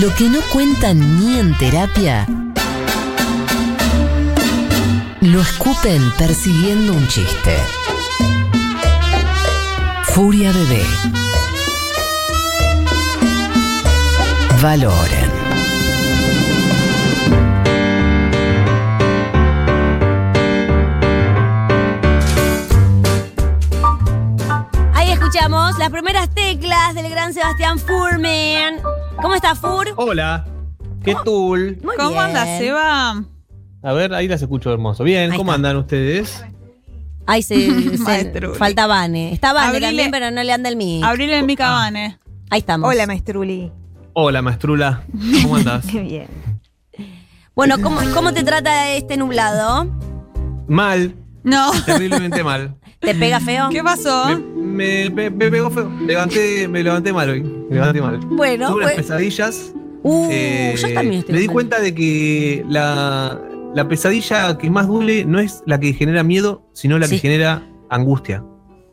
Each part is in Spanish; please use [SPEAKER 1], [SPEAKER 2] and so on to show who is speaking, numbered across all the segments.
[SPEAKER 1] Lo que no cuentan ni en terapia, lo escupen persiguiendo un chiste. Furia Bebé. Valoren.
[SPEAKER 2] Ahí escuchamos las primeras teclas del gran Sebastián Furman. ¿Cómo está Fur?
[SPEAKER 3] Hola, ¿qué tul?
[SPEAKER 2] Muy
[SPEAKER 4] ¿Cómo
[SPEAKER 2] bien.
[SPEAKER 4] andas, Seba?
[SPEAKER 3] A ver, ahí las escucho hermoso. Bien,
[SPEAKER 2] Ahí
[SPEAKER 3] ¿cómo
[SPEAKER 2] está.
[SPEAKER 3] andan ustedes?
[SPEAKER 2] Ay, se, se-
[SPEAKER 4] Maestro.
[SPEAKER 2] falta Vane. Está Vane
[SPEAKER 4] Abrile.
[SPEAKER 2] también, pero no le anda el mío.
[SPEAKER 4] Abril en mi cabane.
[SPEAKER 2] Ahí estamos.
[SPEAKER 5] Hola, maestruli.
[SPEAKER 3] Hola, maestrula, ¿cómo andás?
[SPEAKER 5] Qué bien.
[SPEAKER 2] Bueno, ¿cómo, ¿cómo te trata este nublado?
[SPEAKER 3] mal,
[SPEAKER 4] No.
[SPEAKER 3] terriblemente mal.
[SPEAKER 2] ¿Te pega feo?
[SPEAKER 4] ¿Qué pasó?
[SPEAKER 3] Me, me- me- me pegó feo. Levanté, me levanté mal hoy. Me levanté mal.
[SPEAKER 2] Bueno,
[SPEAKER 3] Tuve unas
[SPEAKER 2] pues-
[SPEAKER 3] pesadillas.
[SPEAKER 2] Uh,
[SPEAKER 3] eh,
[SPEAKER 2] yo también estoy
[SPEAKER 3] me di
[SPEAKER 2] mal.
[SPEAKER 3] cuenta de que la, la pesadilla que más duele no es la que genera miedo, sino la
[SPEAKER 2] Sí.
[SPEAKER 3] que genera angustia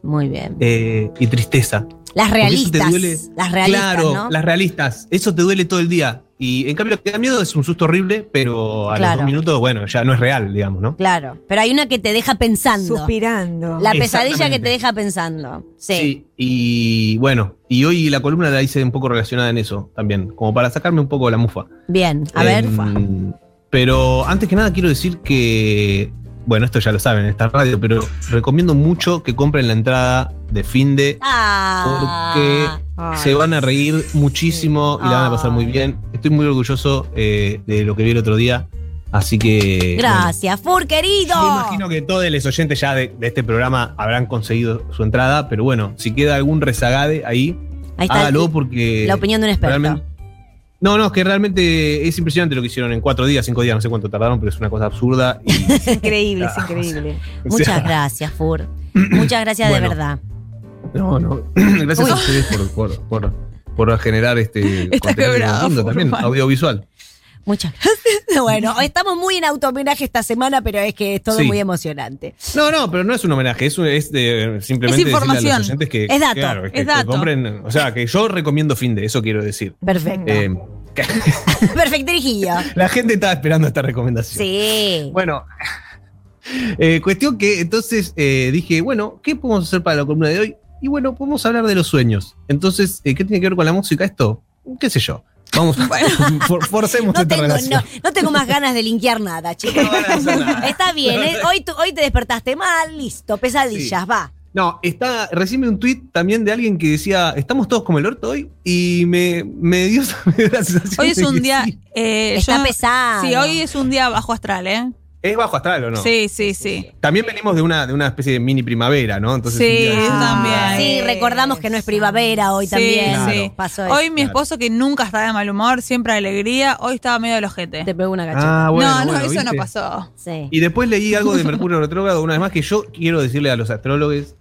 [SPEAKER 2] Muy bien.
[SPEAKER 3] eh, y tristeza.
[SPEAKER 2] Las
[SPEAKER 3] eso te
[SPEAKER 2] realistas.
[SPEAKER 3] duele.
[SPEAKER 2] Las realistas,
[SPEAKER 3] claro,
[SPEAKER 2] ¿no?
[SPEAKER 3] las realistas. Eso te duele todo el día. Y en cambio, lo que da miedo es un susto horrible, pero a
[SPEAKER 2] Claro.
[SPEAKER 3] los dos minutos, bueno, ya no es real, digamos, ¿no?
[SPEAKER 2] Claro. Pero hay una que te deja pensando.
[SPEAKER 5] Suspirando.
[SPEAKER 2] La pesadilla que
[SPEAKER 3] Exactamente.
[SPEAKER 2] te deja pensando. Sí.
[SPEAKER 3] Sí, Y bueno, y hoy la columna la hice un poco relacionada en eso también, como para sacarme un poco la mufa.
[SPEAKER 2] Bien. A ver.
[SPEAKER 3] Em, Pero antes que nada quiero decir que, bueno, esto ya lo saben en esta radio, pero recomiendo mucho que compren la entrada de Finde.
[SPEAKER 2] Ah.
[SPEAKER 5] Ay,
[SPEAKER 3] Se van a reír muchísimo y la van a pasar muy bien. Estoy muy orgulloso eh, de lo que vi el otro día, así que...
[SPEAKER 2] Gracias, Fur, querido.
[SPEAKER 3] Eh, bueno, me imagino que todos los oyentes ya de, de este programa habrán conseguido su entrada, pero bueno, si queda algún rezagade ahí,
[SPEAKER 2] Ahí está
[SPEAKER 3] hágalo porque...
[SPEAKER 2] la opinión de un experto.
[SPEAKER 3] Realmente- No, no, es que realmente es impresionante lo que hicieron en cuatro días, cinco días, no sé cuánto tardaron, pero es una cosa absurda. y-
[SPEAKER 5] Es increíble, es
[SPEAKER 3] Ah.
[SPEAKER 5] increíble.
[SPEAKER 3] o
[SPEAKER 2] Muchas
[SPEAKER 3] sea,
[SPEAKER 2] gracias, Fur. Muchas gracias de
[SPEAKER 3] Bueno.
[SPEAKER 2] verdad.
[SPEAKER 3] No, no. Gracias
[SPEAKER 2] Uy.
[SPEAKER 3] a ustedes por, por, por, por generar este
[SPEAKER 4] Está
[SPEAKER 3] contenido
[SPEAKER 4] quebrado,
[SPEAKER 3] lindo
[SPEAKER 4] por
[SPEAKER 3] también,
[SPEAKER 4] favor.
[SPEAKER 3] audiovisual.
[SPEAKER 2] Muchas gracias. Bueno, estamos muy en autohomenaje esta semana, pero es que es todo
[SPEAKER 3] Sí.
[SPEAKER 2] muy emocionante.
[SPEAKER 3] No, no, pero no es un homenaje, es, un- es de- simplemente decirle
[SPEAKER 4] Es
[SPEAKER 3] a
[SPEAKER 4] información.
[SPEAKER 3] los oyentes que,
[SPEAKER 2] Es dato,
[SPEAKER 3] claro, que-
[SPEAKER 4] es dato.
[SPEAKER 3] que compren, o sea, que yo recomiendo fin de, eso quiero decir.
[SPEAKER 2] Perfecto.
[SPEAKER 3] Eh,
[SPEAKER 2] Perfecto, dirigido.
[SPEAKER 3] la gente estaba esperando esta recomendación.
[SPEAKER 2] Sí.
[SPEAKER 3] Bueno, eh, cuestión que entonces eh, dije, bueno, ¿qué podemos hacer para la columna de hoy? Y bueno, podemos hablar de los sueños. Entonces, eh, ¿qué tiene que ver con la música esto? ¿Qué sé yo? Vamos, for- forcemos
[SPEAKER 2] No
[SPEAKER 3] esta
[SPEAKER 2] tengo,
[SPEAKER 3] relación.
[SPEAKER 2] no, no tengo más ganas de linkear nada, chicos.
[SPEAKER 3] No van a hacer nada.
[SPEAKER 2] Está bien, ¿eh? hoy, tú- hoy te despertaste mal, listo, pesadillas, va.
[SPEAKER 3] No, está, recibe un tweet también de alguien que decía, estamos todos como el orto hoy, y me, me dio, me dio la sensación
[SPEAKER 4] Hoy es
[SPEAKER 3] de
[SPEAKER 4] un
[SPEAKER 3] que
[SPEAKER 4] día.
[SPEAKER 3] sí.
[SPEAKER 4] eh,
[SPEAKER 2] Está
[SPEAKER 4] yo-
[SPEAKER 2] pesado.
[SPEAKER 4] Sí, hoy es un día bajo astral, ¿eh?
[SPEAKER 3] ¿Es bajo astral o no?
[SPEAKER 4] Sí, sí, sí.
[SPEAKER 3] También venimos de una, de una especie de mini primavera, ¿no? Entonces,
[SPEAKER 4] Sí,
[SPEAKER 3] un día de-
[SPEAKER 4] eso también.
[SPEAKER 2] Ah, Sí, recordamos que no es primavera hoy
[SPEAKER 4] Sí,
[SPEAKER 2] también.
[SPEAKER 4] sí.
[SPEAKER 2] Pasó eso.
[SPEAKER 4] Hoy mi
[SPEAKER 3] Claro.
[SPEAKER 4] esposo, que nunca está de mal humor, siempre alegría, hoy estaba medio del ojete.
[SPEAKER 2] te pegó una cacheta.
[SPEAKER 3] Ah, bueno,
[SPEAKER 4] no, no,
[SPEAKER 3] bueno,
[SPEAKER 4] eso no
[SPEAKER 3] ¿viste?
[SPEAKER 4] pasó.
[SPEAKER 2] Sí.
[SPEAKER 3] Y después leí algo de Mercurio retrógrado, una vez más, que yo quiero decirle a los astrólogos,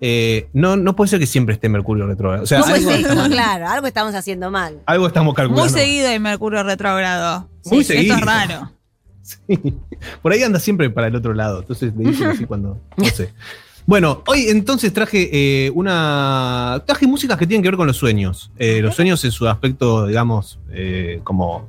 [SPEAKER 3] eh, no, no puede ser que siempre esté Mercurio retrógrado. O sea,
[SPEAKER 2] ¿Cómo es
[SPEAKER 3] algo,
[SPEAKER 2] esto?
[SPEAKER 3] estamos,
[SPEAKER 2] Claro, algo estamos haciendo mal.
[SPEAKER 3] algo estamos calculando.
[SPEAKER 4] Muy seguido hay Mercurio retrógrado.
[SPEAKER 3] Muy seguido.
[SPEAKER 4] Esto es raro.
[SPEAKER 3] Sí. Por ahí anda siempre para el otro lado, entonces le dicen así cuando, no sé. Bueno, hoy entonces traje eh, una. Traje músicas que tienen que ver con los sueños. Eh, los sueños en su aspecto, digamos, eh, como.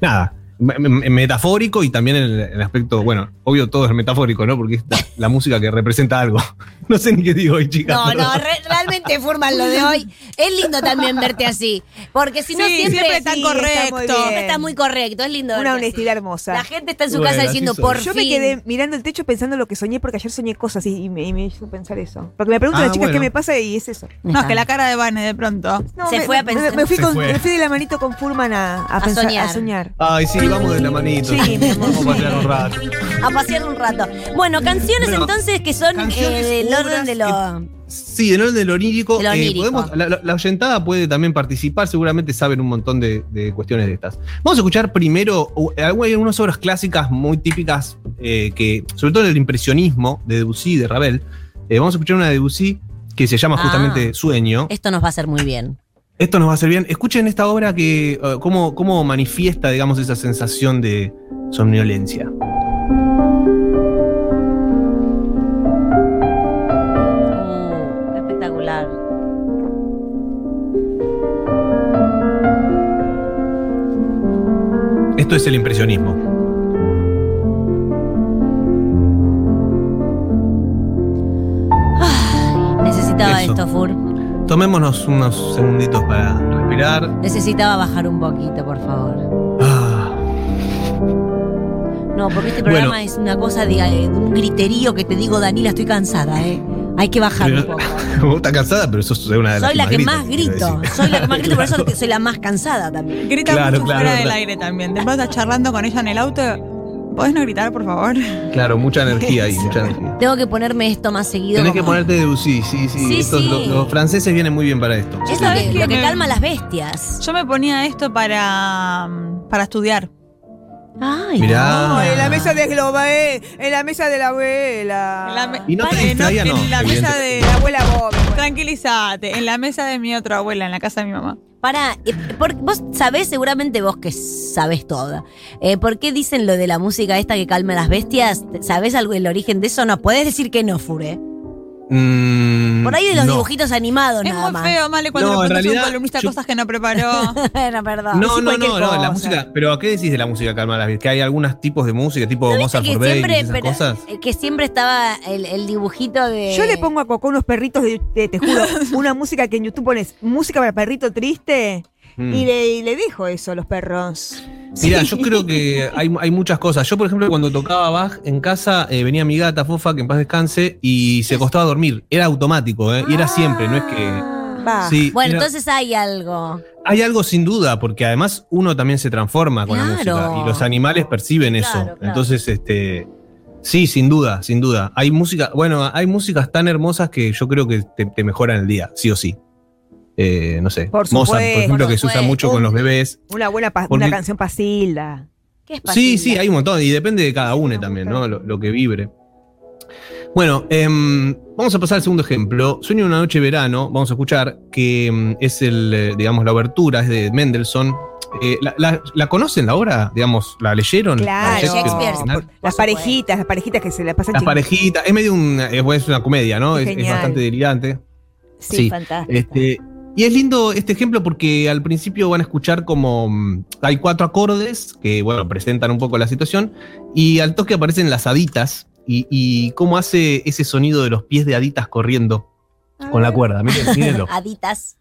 [SPEAKER 3] Nada. me- me- Metafórico y también en el, en el aspecto, bueno, obvio todo es metafórico, ¿no? Porque es la, la música que representa algo. No sé ni qué digo hoy, chicas.
[SPEAKER 2] No, no,
[SPEAKER 3] perdón.
[SPEAKER 2] re- realmente Furman lo de hoy. Es lindo también verte así. Porque si no,
[SPEAKER 4] Sí,
[SPEAKER 2] siempre,
[SPEAKER 4] siempre tan
[SPEAKER 2] sí,
[SPEAKER 4] correcto.
[SPEAKER 5] está muy bien.
[SPEAKER 2] siempre estás muy correcto. Es lindo.
[SPEAKER 5] Una
[SPEAKER 2] verte así.
[SPEAKER 5] honestidad hermosa.
[SPEAKER 2] La gente está en su
[SPEAKER 3] Bueno,
[SPEAKER 2] casa
[SPEAKER 3] así
[SPEAKER 2] diciendo
[SPEAKER 3] soy.
[SPEAKER 2] por
[SPEAKER 5] Yo
[SPEAKER 2] fin.
[SPEAKER 5] me quedé mirando el techo pensando lo que soñé porque ayer soñé cosas y, y me, y me hizo pensar eso. Porque me preguntan
[SPEAKER 3] Ah,
[SPEAKER 5] las chicas
[SPEAKER 3] bueno.
[SPEAKER 5] qué me pasa y es eso.
[SPEAKER 4] No, es que la cara de Vane de pronto.
[SPEAKER 5] No,
[SPEAKER 2] Se
[SPEAKER 5] me,
[SPEAKER 2] fue a
[SPEAKER 5] me-
[SPEAKER 2] pensar.
[SPEAKER 5] Me, fui
[SPEAKER 3] Se
[SPEAKER 5] con-
[SPEAKER 3] fue.
[SPEAKER 5] me fui de la manito con Furman a, a pensar-
[SPEAKER 2] soñar.
[SPEAKER 5] a soñar.
[SPEAKER 3] Ay, sí, vamos de la manito.
[SPEAKER 5] Sí, mi amor,
[SPEAKER 3] vamos a pasear un rato.
[SPEAKER 2] A pasear un rato. Bueno, canciones
[SPEAKER 3] Bueno,
[SPEAKER 2] entonces que son
[SPEAKER 3] canciones,
[SPEAKER 2] eh, del
[SPEAKER 3] obras
[SPEAKER 2] orden de
[SPEAKER 3] que-
[SPEAKER 2] lo.
[SPEAKER 3] Sí, en orden del onírico.
[SPEAKER 2] De lo
[SPEAKER 3] eh,
[SPEAKER 2] onírico.
[SPEAKER 3] podemos- la, la- la oyentada puede también participar, seguramente saben un montón de, de cuestiones de estas. Vamos a escuchar primero, u- hay unas obras clásicas muy típicas, eh, que, sobre todo del impresionismo de Debussy, de Ravel. Eh, vamos a escuchar una de Debussy que se llama
[SPEAKER 2] Ah.
[SPEAKER 3] justamente Sueño.
[SPEAKER 2] Esto nos va a hacer muy bien.
[SPEAKER 3] Esto nos va a hacer bien. Escuchen esta obra que, eh, cómo, cómo manifiesta, digamos, esa sensación de somnolencia.
[SPEAKER 2] Mm, Uh, qué espectacular.
[SPEAKER 3] Esto es el impresionismo.
[SPEAKER 2] Necesitaba
[SPEAKER 3] Eso.
[SPEAKER 2] esto, Fur.
[SPEAKER 3] Tomémonos unos segunditos para respirar.
[SPEAKER 2] Necesitaba bajar un poquito, por favor.
[SPEAKER 3] Ah,
[SPEAKER 2] No, porque este programa
[SPEAKER 3] Bueno.
[SPEAKER 2] es una cosa de, eh, un griterío que te digo, Daniela, estoy cansada, ¿eh? Hay que bajar un
[SPEAKER 3] Pero-
[SPEAKER 2] poco.
[SPEAKER 3] vos estás cansada, pero sos una de las
[SPEAKER 2] Soy la que más
[SPEAKER 3] gritan, quiero
[SPEAKER 2] grito.
[SPEAKER 3] decir.
[SPEAKER 2] Soy la que más grito, por eso
[SPEAKER 3] Claro.
[SPEAKER 2] soy la más cansada también.
[SPEAKER 4] Grita
[SPEAKER 3] Claro,
[SPEAKER 4] mucho
[SPEAKER 3] claro,
[SPEAKER 4] fuera del
[SPEAKER 3] claro.
[SPEAKER 4] aire también. Después estás charlando con ella en el auto. ¿Podés no gritar, por favor?
[SPEAKER 3] Claro, mucha energía ahí, mucha energía.
[SPEAKER 2] Tengo que ponerme esto más seguido.
[SPEAKER 3] Tenés que
[SPEAKER 2] como-
[SPEAKER 3] ponerte de UCI, sí, sí.
[SPEAKER 2] Sí,
[SPEAKER 3] Estos-
[SPEAKER 2] sí.
[SPEAKER 3] Los, los franceses vienen muy bien para esto.
[SPEAKER 2] Es
[SPEAKER 4] Sí,
[SPEAKER 2] lo
[SPEAKER 4] sí.
[SPEAKER 2] que, lo que
[SPEAKER 4] Me-
[SPEAKER 2] calma a las bestias.
[SPEAKER 4] Yo me ponía esto para, mm, para estudiar.
[SPEAKER 2] Ay,
[SPEAKER 3] Mirá.
[SPEAKER 2] no.
[SPEAKER 5] No, en la mesa de Globa, eh, en la mesa de la abuela.
[SPEAKER 4] En la me-
[SPEAKER 3] Y no te
[SPEAKER 4] Pare,
[SPEAKER 3] distraía, no,
[SPEAKER 4] En la mesa de...
[SPEAKER 5] La abuela Bob.
[SPEAKER 4] Tranquilízate. En la mesa de mi otra abuela, en la casa de mi mamá.
[SPEAKER 2] Para, eh, vos sabés, seguramente vos que sabés todo. eh, ¿Por qué dicen lo de la música esta que calma a las bestias? ¿Sabés algo el origen de eso? No, podés decir que no, Fure.
[SPEAKER 3] Mm,
[SPEAKER 2] Por ahí de los
[SPEAKER 3] no.
[SPEAKER 2] dibujitos animados
[SPEAKER 4] Es
[SPEAKER 2] nada
[SPEAKER 4] muy feo, Male,
[SPEAKER 3] No,
[SPEAKER 4] cuando le
[SPEAKER 3] en
[SPEAKER 4] preguntas a
[SPEAKER 3] realidad,
[SPEAKER 4] un columnista
[SPEAKER 3] yo-
[SPEAKER 4] cosas que no preparó.
[SPEAKER 2] más. bueno, perdón.
[SPEAKER 3] No,
[SPEAKER 5] Así
[SPEAKER 3] no,
[SPEAKER 5] cualquier
[SPEAKER 3] no, no, la
[SPEAKER 5] cosa.
[SPEAKER 3] música. Pero ¿a qué decís de la música calma las bestias? Que hay algunos tipos de música, tipo
[SPEAKER 2] ¿Viste
[SPEAKER 3] Mozart
[SPEAKER 2] que
[SPEAKER 3] for Babies,
[SPEAKER 2] siempre,
[SPEAKER 3] esas
[SPEAKER 2] pero-
[SPEAKER 3] cosas.
[SPEAKER 2] eh, que siempre estaba el, el dibujito de.
[SPEAKER 5] Yo le pongo a Coco unos perritos de, de- te juro, una música que en YouTube pones música para perrito triste
[SPEAKER 3] Mm.
[SPEAKER 5] y, le, y le dijo eso a los perros.
[SPEAKER 3] Mirá, yo creo que hay, hay muchas cosas. Yo, por ejemplo, cuando tocaba Bach en casa, eh, venía mi gata Fofa, que en paz descanse, y se acostaba a dormir. Era automático, ¿eh? Y era siempre, no es que...
[SPEAKER 5] Va.
[SPEAKER 3] Sí,
[SPEAKER 2] Ah. Bueno,
[SPEAKER 3] era-
[SPEAKER 2] entonces hay algo.
[SPEAKER 3] Hay algo sin duda, porque además uno también se transforma con la
[SPEAKER 2] Claro.
[SPEAKER 3] música y los animales perciben eso.
[SPEAKER 2] Claro, claro.
[SPEAKER 3] Entonces, este, sí, sin duda, sin duda. Hay música, bueno, hay músicas tan hermosas que yo creo que te, te mejoran el día, sí o sí. Eh, no sé,
[SPEAKER 5] Por
[SPEAKER 3] Mozart, por
[SPEAKER 5] supuesto.
[SPEAKER 3] ejemplo,
[SPEAKER 2] Por
[SPEAKER 3] que se usa
[SPEAKER 2] supuesto.
[SPEAKER 3] mucho con los bebés.
[SPEAKER 5] Una buena pa-
[SPEAKER 3] Porque-
[SPEAKER 5] una canción pasilda.
[SPEAKER 2] ¿Qué es
[SPEAKER 3] Sí,
[SPEAKER 2] Patilda?
[SPEAKER 3] sí, hay un montón y depende de cada uno también, ¿no? Lo, lo que vibre. Bueno, em, vamos a pasar al segundo ejemplo. Sueño de una noche de verano, vamos a escuchar, que em, es el, eh, digamos, la obertura, es de Mendelssohn. Eh, la, la- la conocen la obra? Digamos, ¿la leyeron? ¿La
[SPEAKER 5] Claro.
[SPEAKER 3] de
[SPEAKER 2] Shakespeare,
[SPEAKER 3] original?
[SPEAKER 2] por-
[SPEAKER 5] Las parejitas, las parejitas que se la pasan
[SPEAKER 3] Las
[SPEAKER 5] chingando.
[SPEAKER 3] parejitas, es medio una, es, es una comedia, ¿no?
[SPEAKER 5] Es
[SPEAKER 3] Es, es
[SPEAKER 5] genial.
[SPEAKER 3] bastante delirante.
[SPEAKER 5] Sí,
[SPEAKER 3] sí.
[SPEAKER 5] fantástico.
[SPEAKER 3] Este, y es lindo este ejemplo porque al principio van a escuchar como mm, hay cuatro acordes que, bueno, presentan un poco la situación y al toque aparecen las haditas y, y cómo hace ese sonido de los pies de haditas corriendo con la cuerda. Miren, mírenlo.
[SPEAKER 2] Aditas.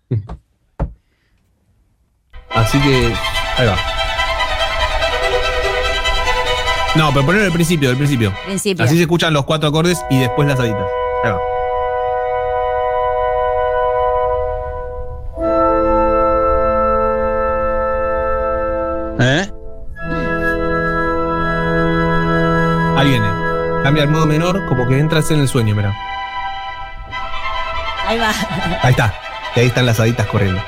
[SPEAKER 3] Así que, ahí va. No, pero ponerlo al principio, al principio.
[SPEAKER 2] Principio.
[SPEAKER 3] Así se escuchan los cuatro acordes y después las haditas. Ahí va.
[SPEAKER 6] ¿Eh?
[SPEAKER 3] Ahí viene. Cambia el modo menor, como que entras en el sueño, mirá.
[SPEAKER 2] Ahí va.
[SPEAKER 3] Ahí está. Y ahí están las haditas corriendo.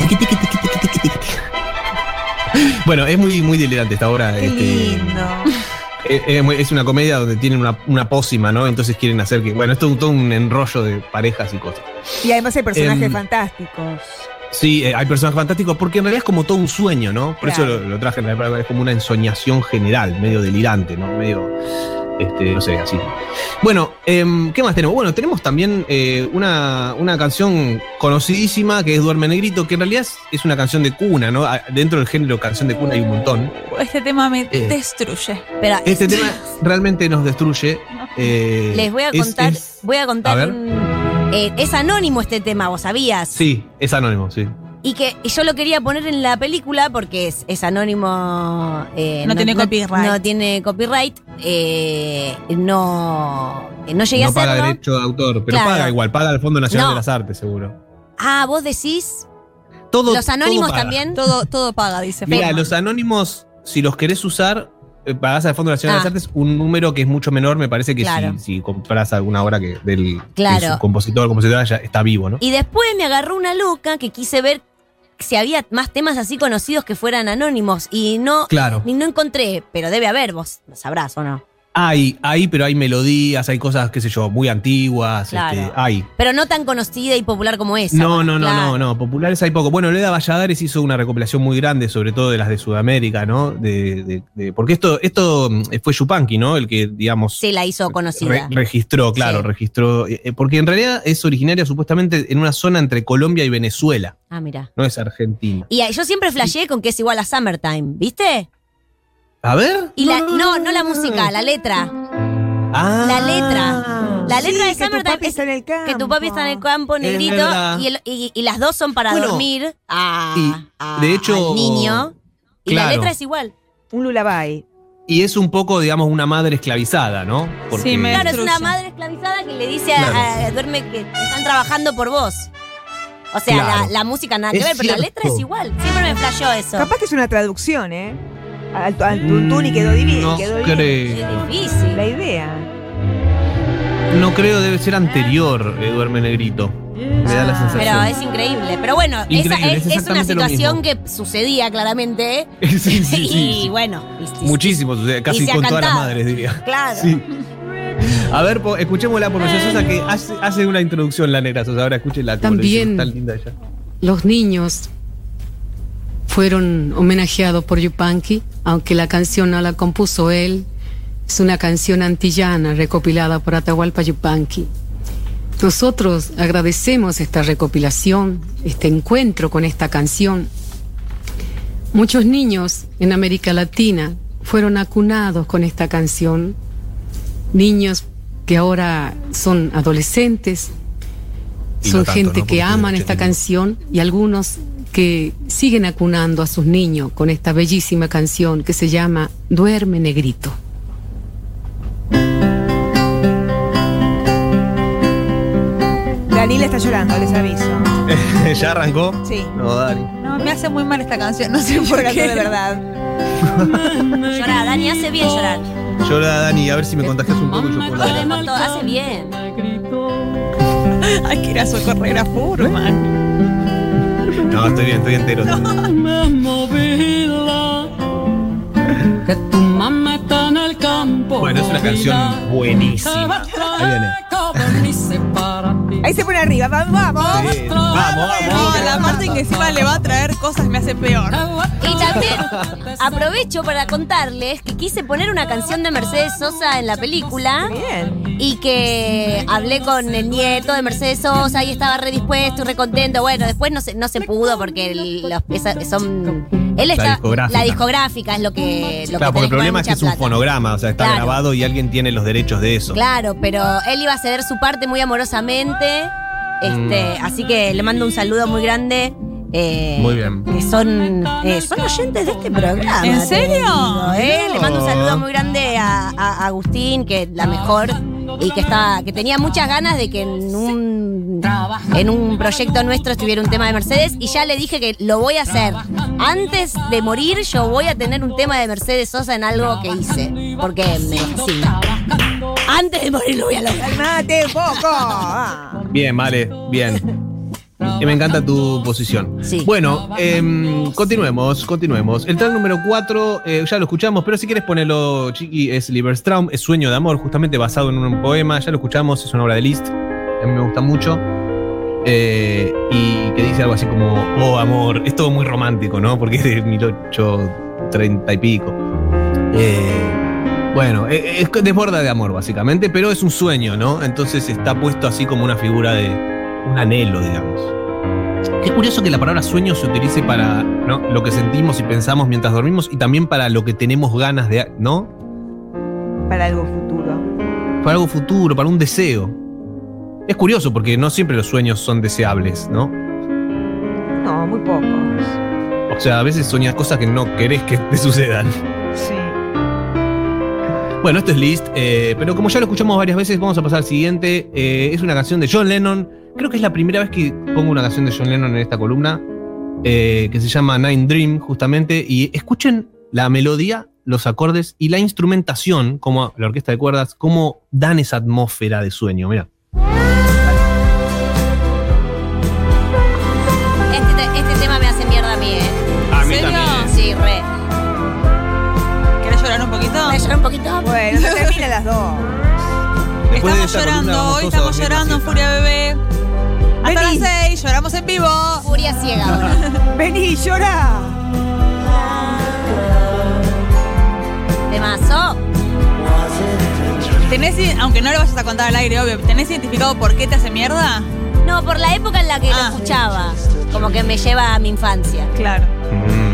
[SPEAKER 3] Tiqui, tiqui, tiqui, tiqui, tiqui, tiqui, tiqui. Bueno, es muy, muy delirante esta obra.
[SPEAKER 5] Qué
[SPEAKER 3] este,
[SPEAKER 5] lindo.
[SPEAKER 3] eh, eh, muy- Es, una comedia donde tienen una, una pócima, ¿no? Entonces quieren hacer que. Bueno, esto es todo un enrollo de parejas y cosas.
[SPEAKER 5] Y además hay personajes
[SPEAKER 3] Em,
[SPEAKER 5] fantásticos.
[SPEAKER 3] Sí, eh, hay personajes fantásticos porque en realidad es como todo un sueño, ¿no? Por
[SPEAKER 5] Claro.
[SPEAKER 3] eso lo, lo traje en la palabra, es como una ensoñación general, medio delirante, ¿no? Medio, este, no sé, así. Bueno, em, ¿qué más tenemos? Bueno, tenemos también eh, una, una canción conocidísima que es Duerme Negrito, que en realidad es, es una canción de cuna, ¿no? Ah, Dentro del género canción de cuna hay un montón.
[SPEAKER 4] Este tema me
[SPEAKER 3] Eh.
[SPEAKER 4] destruye.
[SPEAKER 2] Pero
[SPEAKER 3] Este tema realmente nos destruye. eh,
[SPEAKER 2] les voy a
[SPEAKER 3] es-
[SPEAKER 2] contar.
[SPEAKER 3] es-
[SPEAKER 2] voy a contar
[SPEAKER 3] a ver.
[SPEAKER 2] un- eh, es anónimo este tema, vos sabías.
[SPEAKER 3] sí, es anónimo, sí.
[SPEAKER 2] Y que yo lo quería poner en la película porque es, es anónimo. eh,
[SPEAKER 4] No tiene copyright.
[SPEAKER 2] No tiene copyright. eh, no, eh, no llegué
[SPEAKER 3] No
[SPEAKER 2] a
[SPEAKER 3] paga
[SPEAKER 2] hacerlo.
[SPEAKER 3] derecho de autor, pero
[SPEAKER 2] Claro.
[SPEAKER 3] paga igual, paga al Fondo Nacional
[SPEAKER 2] No.
[SPEAKER 3] de las Artes, seguro.
[SPEAKER 2] Ah, vos decís.
[SPEAKER 3] Todo,
[SPEAKER 2] los anónimos
[SPEAKER 3] todo paga.
[SPEAKER 2] también.
[SPEAKER 4] Todo, todo paga, dice
[SPEAKER 3] Mira,
[SPEAKER 4] Fernan.
[SPEAKER 3] los anónimos, si los querés usar, eh, pagás al Fondo Nacional
[SPEAKER 2] Ah.
[SPEAKER 3] de las Artes un número que es mucho menor, me parece que
[SPEAKER 2] Claro.
[SPEAKER 3] si, si compras alguna obra que del
[SPEAKER 2] Claro.
[SPEAKER 3] que su compositor o compositora ya está vivo, ¿no?
[SPEAKER 2] Y después me agarró una loca que quise ver si había más temas así conocidos que fueran anónimos. Y no,
[SPEAKER 3] Claro.
[SPEAKER 2] y no encontré, pero debe haber, vos sabrás o no.
[SPEAKER 3] Hay, hay, pero hay melodías, hay cosas, qué sé yo, muy antiguas.
[SPEAKER 2] Claro.
[SPEAKER 3] este, hay.
[SPEAKER 2] Pero no tan conocida y popular como esa.
[SPEAKER 3] No,
[SPEAKER 2] bueno,
[SPEAKER 3] no, no,
[SPEAKER 2] claro.
[SPEAKER 3] no, no. Populares hay poco. Bueno, Leda Valladares hizo una recopilación muy grande, sobre todo de las de Sudamérica, ¿no? De, de- de- porque esto, esto mm, fue Yupanqui, ¿no? El que, digamos,
[SPEAKER 2] Se la hizo conocida.
[SPEAKER 3] re- registró, claro,
[SPEAKER 2] Sí.
[SPEAKER 3] registró. eh, eh, porque en realidad es originaria supuestamente en una zona entre Colombia y Venezuela,
[SPEAKER 2] ah, mira.
[SPEAKER 3] no es Argentina.
[SPEAKER 2] Y eh, yo siempre flasheé con que es igual a Summertime, ¿viste?
[SPEAKER 3] A ver.
[SPEAKER 2] Y la, no, no la música, la letra.
[SPEAKER 3] Ah.
[SPEAKER 2] la letra. La letra de
[SPEAKER 5] que tu
[SPEAKER 2] Summertime
[SPEAKER 5] papi
[SPEAKER 2] es
[SPEAKER 5] está en el campo.
[SPEAKER 2] que tu papi está en el campo
[SPEAKER 3] Es
[SPEAKER 2] negrito
[SPEAKER 3] verdad.
[SPEAKER 2] y, el- y- y las dos son para
[SPEAKER 3] Bueno,
[SPEAKER 2] dormir a,
[SPEAKER 3] y,
[SPEAKER 2] a-
[SPEAKER 3] de hecho,
[SPEAKER 2] al niño. Y
[SPEAKER 3] claro.
[SPEAKER 2] la letra es igual.
[SPEAKER 5] Un lullaby.
[SPEAKER 3] Y es un poco, digamos, una madre esclavizada, ¿no?
[SPEAKER 4] Sí, me-
[SPEAKER 2] Claro, es una
[SPEAKER 4] Destruye.
[SPEAKER 2] madre esclavizada que le dice a,
[SPEAKER 3] Claro.
[SPEAKER 2] a- duerme que están trabajando por vos. O sea,
[SPEAKER 3] Claro.
[SPEAKER 2] la, la música nada que
[SPEAKER 3] Es
[SPEAKER 2] ver, pero la
[SPEAKER 3] cierto.
[SPEAKER 2] letra es igual. Siempre me flasheó eso.
[SPEAKER 5] Capaz que es una traducción, ¿eh? Al, al tuntún y quedó divino.
[SPEAKER 3] Mm, No
[SPEAKER 5] quedó bien.
[SPEAKER 3] creo.
[SPEAKER 2] Es difícil.
[SPEAKER 5] La idea.
[SPEAKER 3] No creo, debe ser anterior, eh, Duerme Negrito. Me
[SPEAKER 2] Ah.
[SPEAKER 3] da la sensación.
[SPEAKER 2] Pero es increíble. Pero bueno,
[SPEAKER 3] Increíble,
[SPEAKER 2] esa es,
[SPEAKER 3] es
[SPEAKER 2] es una
[SPEAKER 3] exactamente lo
[SPEAKER 2] situación que sucedía claramente. ¿eh?
[SPEAKER 3] sí, sí, sí,
[SPEAKER 2] y
[SPEAKER 3] sí.
[SPEAKER 2] bueno, y- y-
[SPEAKER 3] Muchísimo, o sea, casi
[SPEAKER 2] se ha
[SPEAKER 3] con todas las
[SPEAKER 2] cantado.
[SPEAKER 3] madres, diría.
[SPEAKER 2] Claro.
[SPEAKER 3] Sí. A ver, po- escuchémosla por Mercedes Sosa, que hace, hace una introducción la negra Sosa. Ahora escúchela. como lo
[SPEAKER 7] También.
[SPEAKER 3] hicieron, Tan linda ella.
[SPEAKER 7] Los niños fueron homenajeados por Yupanqui, aunque la canción no la compuso él. Es una canción antillana recopilada por Atahualpa Yupanqui. Nosotros agradecemos esta recopilación, este encuentro con esta canción. Muchos niños en América Latina fueron acunados con esta canción. Niños que ahora son adolescentes,
[SPEAKER 3] Y
[SPEAKER 7] son
[SPEAKER 3] no tanto,
[SPEAKER 7] gente
[SPEAKER 3] ¿no? Porque
[SPEAKER 7] que aman
[SPEAKER 3] tiene
[SPEAKER 7] esta
[SPEAKER 3] 80
[SPEAKER 7] canción y algunos que siguen acunando a sus niños con esta bellísima canción que se llama Duerme Negrito.
[SPEAKER 5] Dalila está llorando, les aviso.
[SPEAKER 3] ¿Ya arrancó?
[SPEAKER 5] Sí.
[SPEAKER 3] No, Dani.
[SPEAKER 4] No, me hace muy mal esta canción, no sé por
[SPEAKER 5] Llorando
[SPEAKER 4] qué.
[SPEAKER 5] de verdad.
[SPEAKER 2] Llorar, Dani, hace bien llorar.
[SPEAKER 3] Llora Dani, a ver si me contagias un poco y yo puedo
[SPEAKER 2] Llora
[SPEAKER 3] bailar.
[SPEAKER 2] con todo, hace bien.
[SPEAKER 4] Hay que ir a socorrer a Furman.
[SPEAKER 3] No, estoy bien, estoy entero.
[SPEAKER 7] Que tu mamá está en el campo.
[SPEAKER 3] Bueno, es una canción buenísima. Ahí viene.
[SPEAKER 5] Ahí se pone arriba. Vamos, vamos.
[SPEAKER 3] Sí, Vamos,
[SPEAKER 4] No, la
[SPEAKER 3] vamos.
[SPEAKER 4] parte en que encima le va a traer cosas me hace peor.
[SPEAKER 2] Y también aprovecho para contarles que quise poner una canción de Mercedes Sosa en la película
[SPEAKER 5] Bien.
[SPEAKER 2] y que hablé con el nieto de Mercedes Sosa y estaba redispuesto y recontento. Bueno, después no se, no se pudo porque el- los, esa- son. Él está,
[SPEAKER 3] discográfica.
[SPEAKER 2] la discográfica es lo que. Lo
[SPEAKER 3] Claro,
[SPEAKER 2] que
[SPEAKER 3] porque el
[SPEAKER 2] tenés
[SPEAKER 3] problema es que
[SPEAKER 2] mucha
[SPEAKER 3] es un
[SPEAKER 2] plata.
[SPEAKER 3] fonograma, o sea, está
[SPEAKER 2] Claro.
[SPEAKER 3] grabado y alguien tiene los derechos de eso.
[SPEAKER 2] Claro, pero él iba a ceder su parte muy amorosamente. Este, Así que le mando un saludo muy grande. eh,
[SPEAKER 3] Mm. Muy bien.
[SPEAKER 2] Que son, eh, son oyentes de este programa.
[SPEAKER 4] ¿En
[SPEAKER 2] te
[SPEAKER 4] serio?
[SPEAKER 2] digo, ¿eh? Le mando un saludo muy grande a, a- a Agustín, que es la mejor. Y que está, que tenía muchas ganas de que en un, en un proyecto nuestro estuviera un tema de Mercedes. Y ya le dije que lo voy a hacer. Antes de morir, yo voy a tener un tema de Mercedes Sosa en algo que hice. Porque me fascina. Antes de morir lo voy a lograr.
[SPEAKER 5] Calmate un poco. Ah.
[SPEAKER 3] Bien, vale, bien. Y me encanta tu posición.
[SPEAKER 2] Sí.
[SPEAKER 3] Bueno, em, continuemos, continuemos. El track número 4, ya lo escuchamos, pero si quieres ponerlo, Chiqui, es Lieberstraum, es Sueño de Amor, justamente basado en un poema, ya lo escuchamos, es una obra de Liszt, a mí me gusta mucho. Eh, y que dice algo así como, oh amor, es todo muy romántico, ¿no? Porque es de 1830 y pico. Eh, bueno, eh, es que desborda de amor, básicamente, pero es un sueño, ¿no? Entonces está puesto así como una figura de un anhelo, digamos. Es curioso que la palabra sueño se utilice para ¿no? lo que sentimos y pensamos mientras dormimos y también para lo que tenemos ganas de, ¿no?
[SPEAKER 5] Para algo futuro.
[SPEAKER 3] Para algo futuro, para un deseo. Es curioso porque no siempre los sueños son deseables, ¿no?
[SPEAKER 5] No, muy pocos.
[SPEAKER 3] O sea, a veces soñas cosas que no querés que te sucedan.
[SPEAKER 5] Sí.
[SPEAKER 3] Bueno, esto es List, eh, pero como ya lo escuchamos varias veces, vamos a pasar al siguiente. Eh, es una canción de John Lennon. Creo que es la primera vez que pongo una canción de John Lennon en esta columna, eh, que se llama Nine Dream, justamente. Y escuchen la melodía, los acordes y la instrumentación, como la orquesta de cuerdas, cómo dan esa atmósfera de sueño. Mira.
[SPEAKER 2] Este, te- este tema me hace mierda a mí, ¿eh?
[SPEAKER 3] A
[SPEAKER 4] mí ¿En serio? también.
[SPEAKER 2] Sí, re.
[SPEAKER 4] ¿Querés llorar un poquito?
[SPEAKER 2] Voy a llorar un poquito.
[SPEAKER 5] Bueno, se terminan las dos.
[SPEAKER 3] Después de
[SPEAKER 4] estamos
[SPEAKER 3] esta columna
[SPEAKER 4] llorando,
[SPEAKER 3] vamos
[SPEAKER 4] hoy
[SPEAKER 3] todos a
[SPEAKER 4] estamos
[SPEAKER 3] dormir
[SPEAKER 4] llorando en
[SPEAKER 3] la
[SPEAKER 4] Furia Bebé. Hasta
[SPEAKER 5] Vení.
[SPEAKER 4] las 6, lloramos en vivo.
[SPEAKER 2] Furia ciega ahora.
[SPEAKER 5] Vení, llora.
[SPEAKER 2] Temazo.
[SPEAKER 4] ¿Tenés, i- aunque no lo vayas a contar al aire, obvio, ¿tenés identificado por qué te hace mierda?
[SPEAKER 2] No, por la época en la que
[SPEAKER 4] Ah.
[SPEAKER 2] lo escuchaba. Como que me lleva a mi infancia.
[SPEAKER 4] Claro.
[SPEAKER 3] Mm.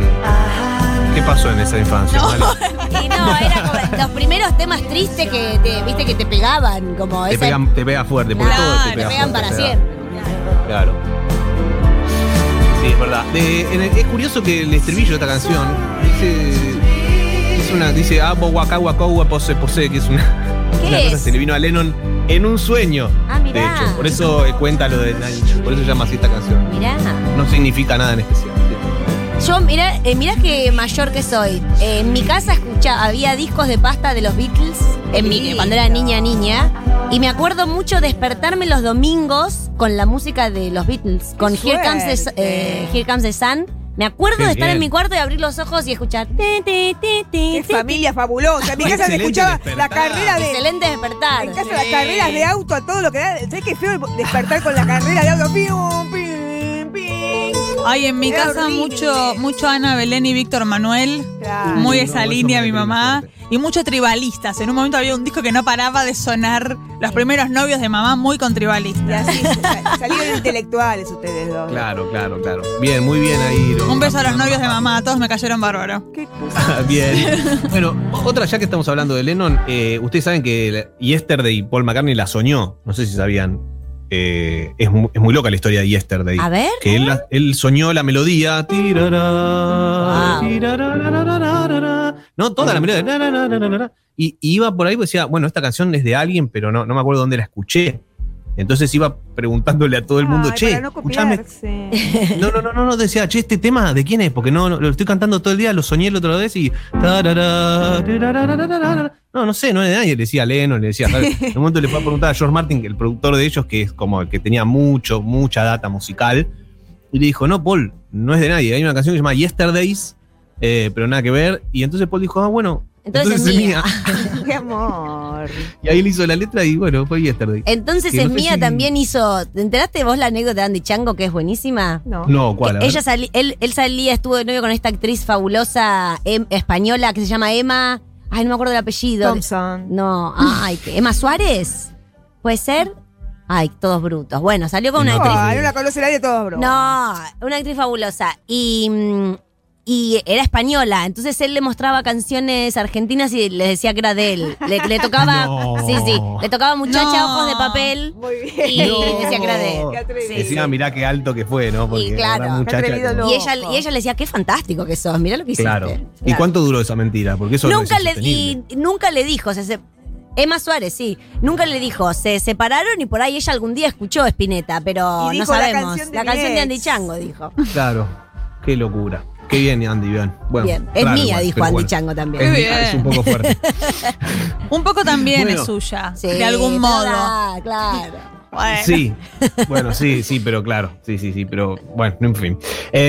[SPEAKER 3] ¿Qué pasó en esa infancia? Vale.
[SPEAKER 2] Y no, era como los primeros temas tristes que te, viste que te pegaban, como
[SPEAKER 3] Te,
[SPEAKER 2] ese-
[SPEAKER 3] pegan, te pega fuerte, porque
[SPEAKER 4] Claro,
[SPEAKER 3] todo te
[SPEAKER 4] te
[SPEAKER 3] pega
[SPEAKER 2] te pegan
[SPEAKER 3] fuerte,
[SPEAKER 2] para
[SPEAKER 3] te da.
[SPEAKER 2] siempre.
[SPEAKER 3] Claro. Sí, es verdad. De- en el- es curioso que el estribillo de esta canción dice. Es una, dice "Ah, bo, guacá, guacó, gua, pose, pose", que es una,
[SPEAKER 2] ¿Qué
[SPEAKER 3] una cosa
[SPEAKER 2] es?
[SPEAKER 3] que se le vino a Lennon en un sueño.
[SPEAKER 2] Ah, mirá.
[SPEAKER 3] De hecho, por eso eh, cuenta lo de Nine- por eso llama así esta canción.
[SPEAKER 2] Mirá.
[SPEAKER 3] No significa nada en especial.
[SPEAKER 2] Yo, mirá, eh, mirá que mayor que soy. Eh, en mi casa escucha, había discos de pasta de los Beatles en mi,
[SPEAKER 5] Lindo.
[SPEAKER 2] cuando era niña, niña. Y me acuerdo mucho despertarme los domingos con la música de los Beatles, con
[SPEAKER 5] Qué
[SPEAKER 2] Here Comes, the, Su-
[SPEAKER 5] suerte.
[SPEAKER 2] eh, Here Comes the Sun. Me acuerdo
[SPEAKER 3] Qué
[SPEAKER 2] de estar en
[SPEAKER 3] bien.
[SPEAKER 2] mi cuarto y abrir los ojos y escuchar. ti, ti, ti, ti,
[SPEAKER 5] Qué
[SPEAKER 2] ti.
[SPEAKER 5] familia fabulosa. En mi casa se
[SPEAKER 3] Excelente
[SPEAKER 5] escuchaba la
[SPEAKER 3] despertar.
[SPEAKER 5] carrera de.
[SPEAKER 2] Excelente despertar.
[SPEAKER 5] En casa las carreras de auto a todo lo que da. ¿Sabes qué feo despertar con la carrera de auto? Pium, pim, pim.
[SPEAKER 4] Ay, en mi
[SPEAKER 5] Era
[SPEAKER 4] casa
[SPEAKER 5] horrible.
[SPEAKER 4] mucho, mucho Ana Belén y Víctor Manuel.
[SPEAKER 5] Claro.
[SPEAKER 4] Muy
[SPEAKER 3] No,
[SPEAKER 4] esa
[SPEAKER 3] eso
[SPEAKER 4] línea
[SPEAKER 3] me
[SPEAKER 4] mi
[SPEAKER 3] deprime
[SPEAKER 4] mamá. Y muchos tribalistas. En un momento había un disco que no paraba de sonar. Los primeros novios de mamá muy con
[SPEAKER 5] Y
[SPEAKER 4] tribalistas.
[SPEAKER 5] así sal- salieron intelectuales ustedes dos.
[SPEAKER 3] Claro, claro, claro. Bien, muy bien ahí. lo-
[SPEAKER 4] Un beso a los novios de mamá, todos me cayeron bárbaro.
[SPEAKER 5] ¿Qué cosa?
[SPEAKER 3] Bien. Bueno, otra, ya que estamos hablando de Lennon, eh, ustedes saben que la- Yesterday Paul McCartney la soñó. No sé si sabían. Eh, es, mu- es muy loca la historia de Yesterday.
[SPEAKER 2] A ver.
[SPEAKER 3] Que él, la- él soñó la melodía. tirará,
[SPEAKER 2] Wow.
[SPEAKER 3] tirarararararara. No, toda la melodía. rarararararara. Y, y iba por ahí y decía, bueno, esta canción es de alguien, pero no, no me acuerdo dónde la escuché. Entonces iba preguntándole a todo el mundo,
[SPEAKER 5] Ay,
[SPEAKER 3] che,
[SPEAKER 5] para no
[SPEAKER 3] escuchame,
[SPEAKER 5] copiarse.
[SPEAKER 3] no, no, no, no, no, decía, che, este tema, ¿de quién es? Porque no, no, lo estoy cantando todo el día, lo soñé la otra vez y. tarará, tarararararara. No, no sé, no era de nadie. Le decía a Lennon, le decía. tal. En un momento le fue a preguntar a George Martin, el productor de ellos, que es como el que tenía mucho, mucha data musical. Y le dijo, no, Paul, no es de nadie. Hay una canción que se llama Yesterdays, eh, pero nada que ver. Y entonces Paul dijo, ah, bueno.
[SPEAKER 2] Entonces es mía.
[SPEAKER 5] Qué amor.
[SPEAKER 3] Y ahí le hizo la letra y bueno, fue Yesterday.
[SPEAKER 2] Entonces
[SPEAKER 3] Que no
[SPEAKER 2] es
[SPEAKER 3] sé
[SPEAKER 2] mía
[SPEAKER 3] si-
[SPEAKER 2] también hizo. ¿Te enteraste vos la anécdota de Andy Chango que es buenísima?
[SPEAKER 5] No.
[SPEAKER 3] No, ¿cuál? A
[SPEAKER 2] Que
[SPEAKER 3] ver.
[SPEAKER 2] Ella sali- él, él salía, estuvo de novio con esta actriz fabulosa em- española que se llama Emma. Ay, no me acuerdo el apellido.
[SPEAKER 5] Thompson.
[SPEAKER 2] No, ay, que- Emma Suárez. ¿Puede ser? Ay, todos brutos. Bueno, salió con una
[SPEAKER 3] No.
[SPEAKER 2] actriz.
[SPEAKER 5] Ay, no la conoce nadie todos, bro.
[SPEAKER 2] No, una actriz fabulosa. Y, mm, y era española. Entonces él le mostraba canciones argentinas y le decía que era de él. Le, le tocaba.
[SPEAKER 3] No.
[SPEAKER 2] Sí, sí. Le tocaba muchacha,
[SPEAKER 4] No.
[SPEAKER 2] ojos de papel.
[SPEAKER 5] Muy bien.
[SPEAKER 2] Y
[SPEAKER 3] No.
[SPEAKER 2] decía que era de él.
[SPEAKER 5] Qué atrevido.
[SPEAKER 3] Decía, "Ah, mirá qué alto que fue, ¿no? Porque
[SPEAKER 2] Y claro,
[SPEAKER 3] habrá
[SPEAKER 2] qué
[SPEAKER 3] muchacha
[SPEAKER 5] atrevido
[SPEAKER 3] que-
[SPEAKER 5] lo-
[SPEAKER 2] Y ella,
[SPEAKER 5] Loco.
[SPEAKER 2] y ella le decía, qué fantástico que sos, mirá lo que hiciste.
[SPEAKER 3] Claro. ¿Y
[SPEAKER 5] Claro.
[SPEAKER 3] cuánto duró esa mentira? Porque eso no
[SPEAKER 2] Nunca
[SPEAKER 3] es
[SPEAKER 2] le,
[SPEAKER 3] insostenible.
[SPEAKER 2] y nunca le dijo, o sea, se- Emma Suárez, sí, nunca le dijo, se separaron y por ahí ella algún día escuchó Espineta, pero
[SPEAKER 5] Y
[SPEAKER 2] no
[SPEAKER 5] dijo, "La
[SPEAKER 2] sabemos. La canción de,
[SPEAKER 5] canción de mi ex".
[SPEAKER 2] Andy Chango, dijo.
[SPEAKER 3] Claro. Qué locura. Qué bien, Andy, bien. Bueno,
[SPEAKER 2] Bien, es
[SPEAKER 3] raro
[SPEAKER 2] mía,
[SPEAKER 3] igual,
[SPEAKER 2] dijo
[SPEAKER 3] pero
[SPEAKER 2] Andy
[SPEAKER 3] bueno.
[SPEAKER 2] Chango
[SPEAKER 3] Es
[SPEAKER 2] también.
[SPEAKER 5] Eh,
[SPEAKER 4] Qué
[SPEAKER 3] mía,
[SPEAKER 4] bien.
[SPEAKER 3] Es un poco fuerte.
[SPEAKER 4] Un poco también
[SPEAKER 3] Bueno.
[SPEAKER 4] es suya,
[SPEAKER 2] Sí,
[SPEAKER 4] de algún modo.
[SPEAKER 2] toda, claro.
[SPEAKER 4] Bueno.
[SPEAKER 3] Sí. Bueno, sí, sí, pero claro. Sí, sí, sí, pero bueno, en fin.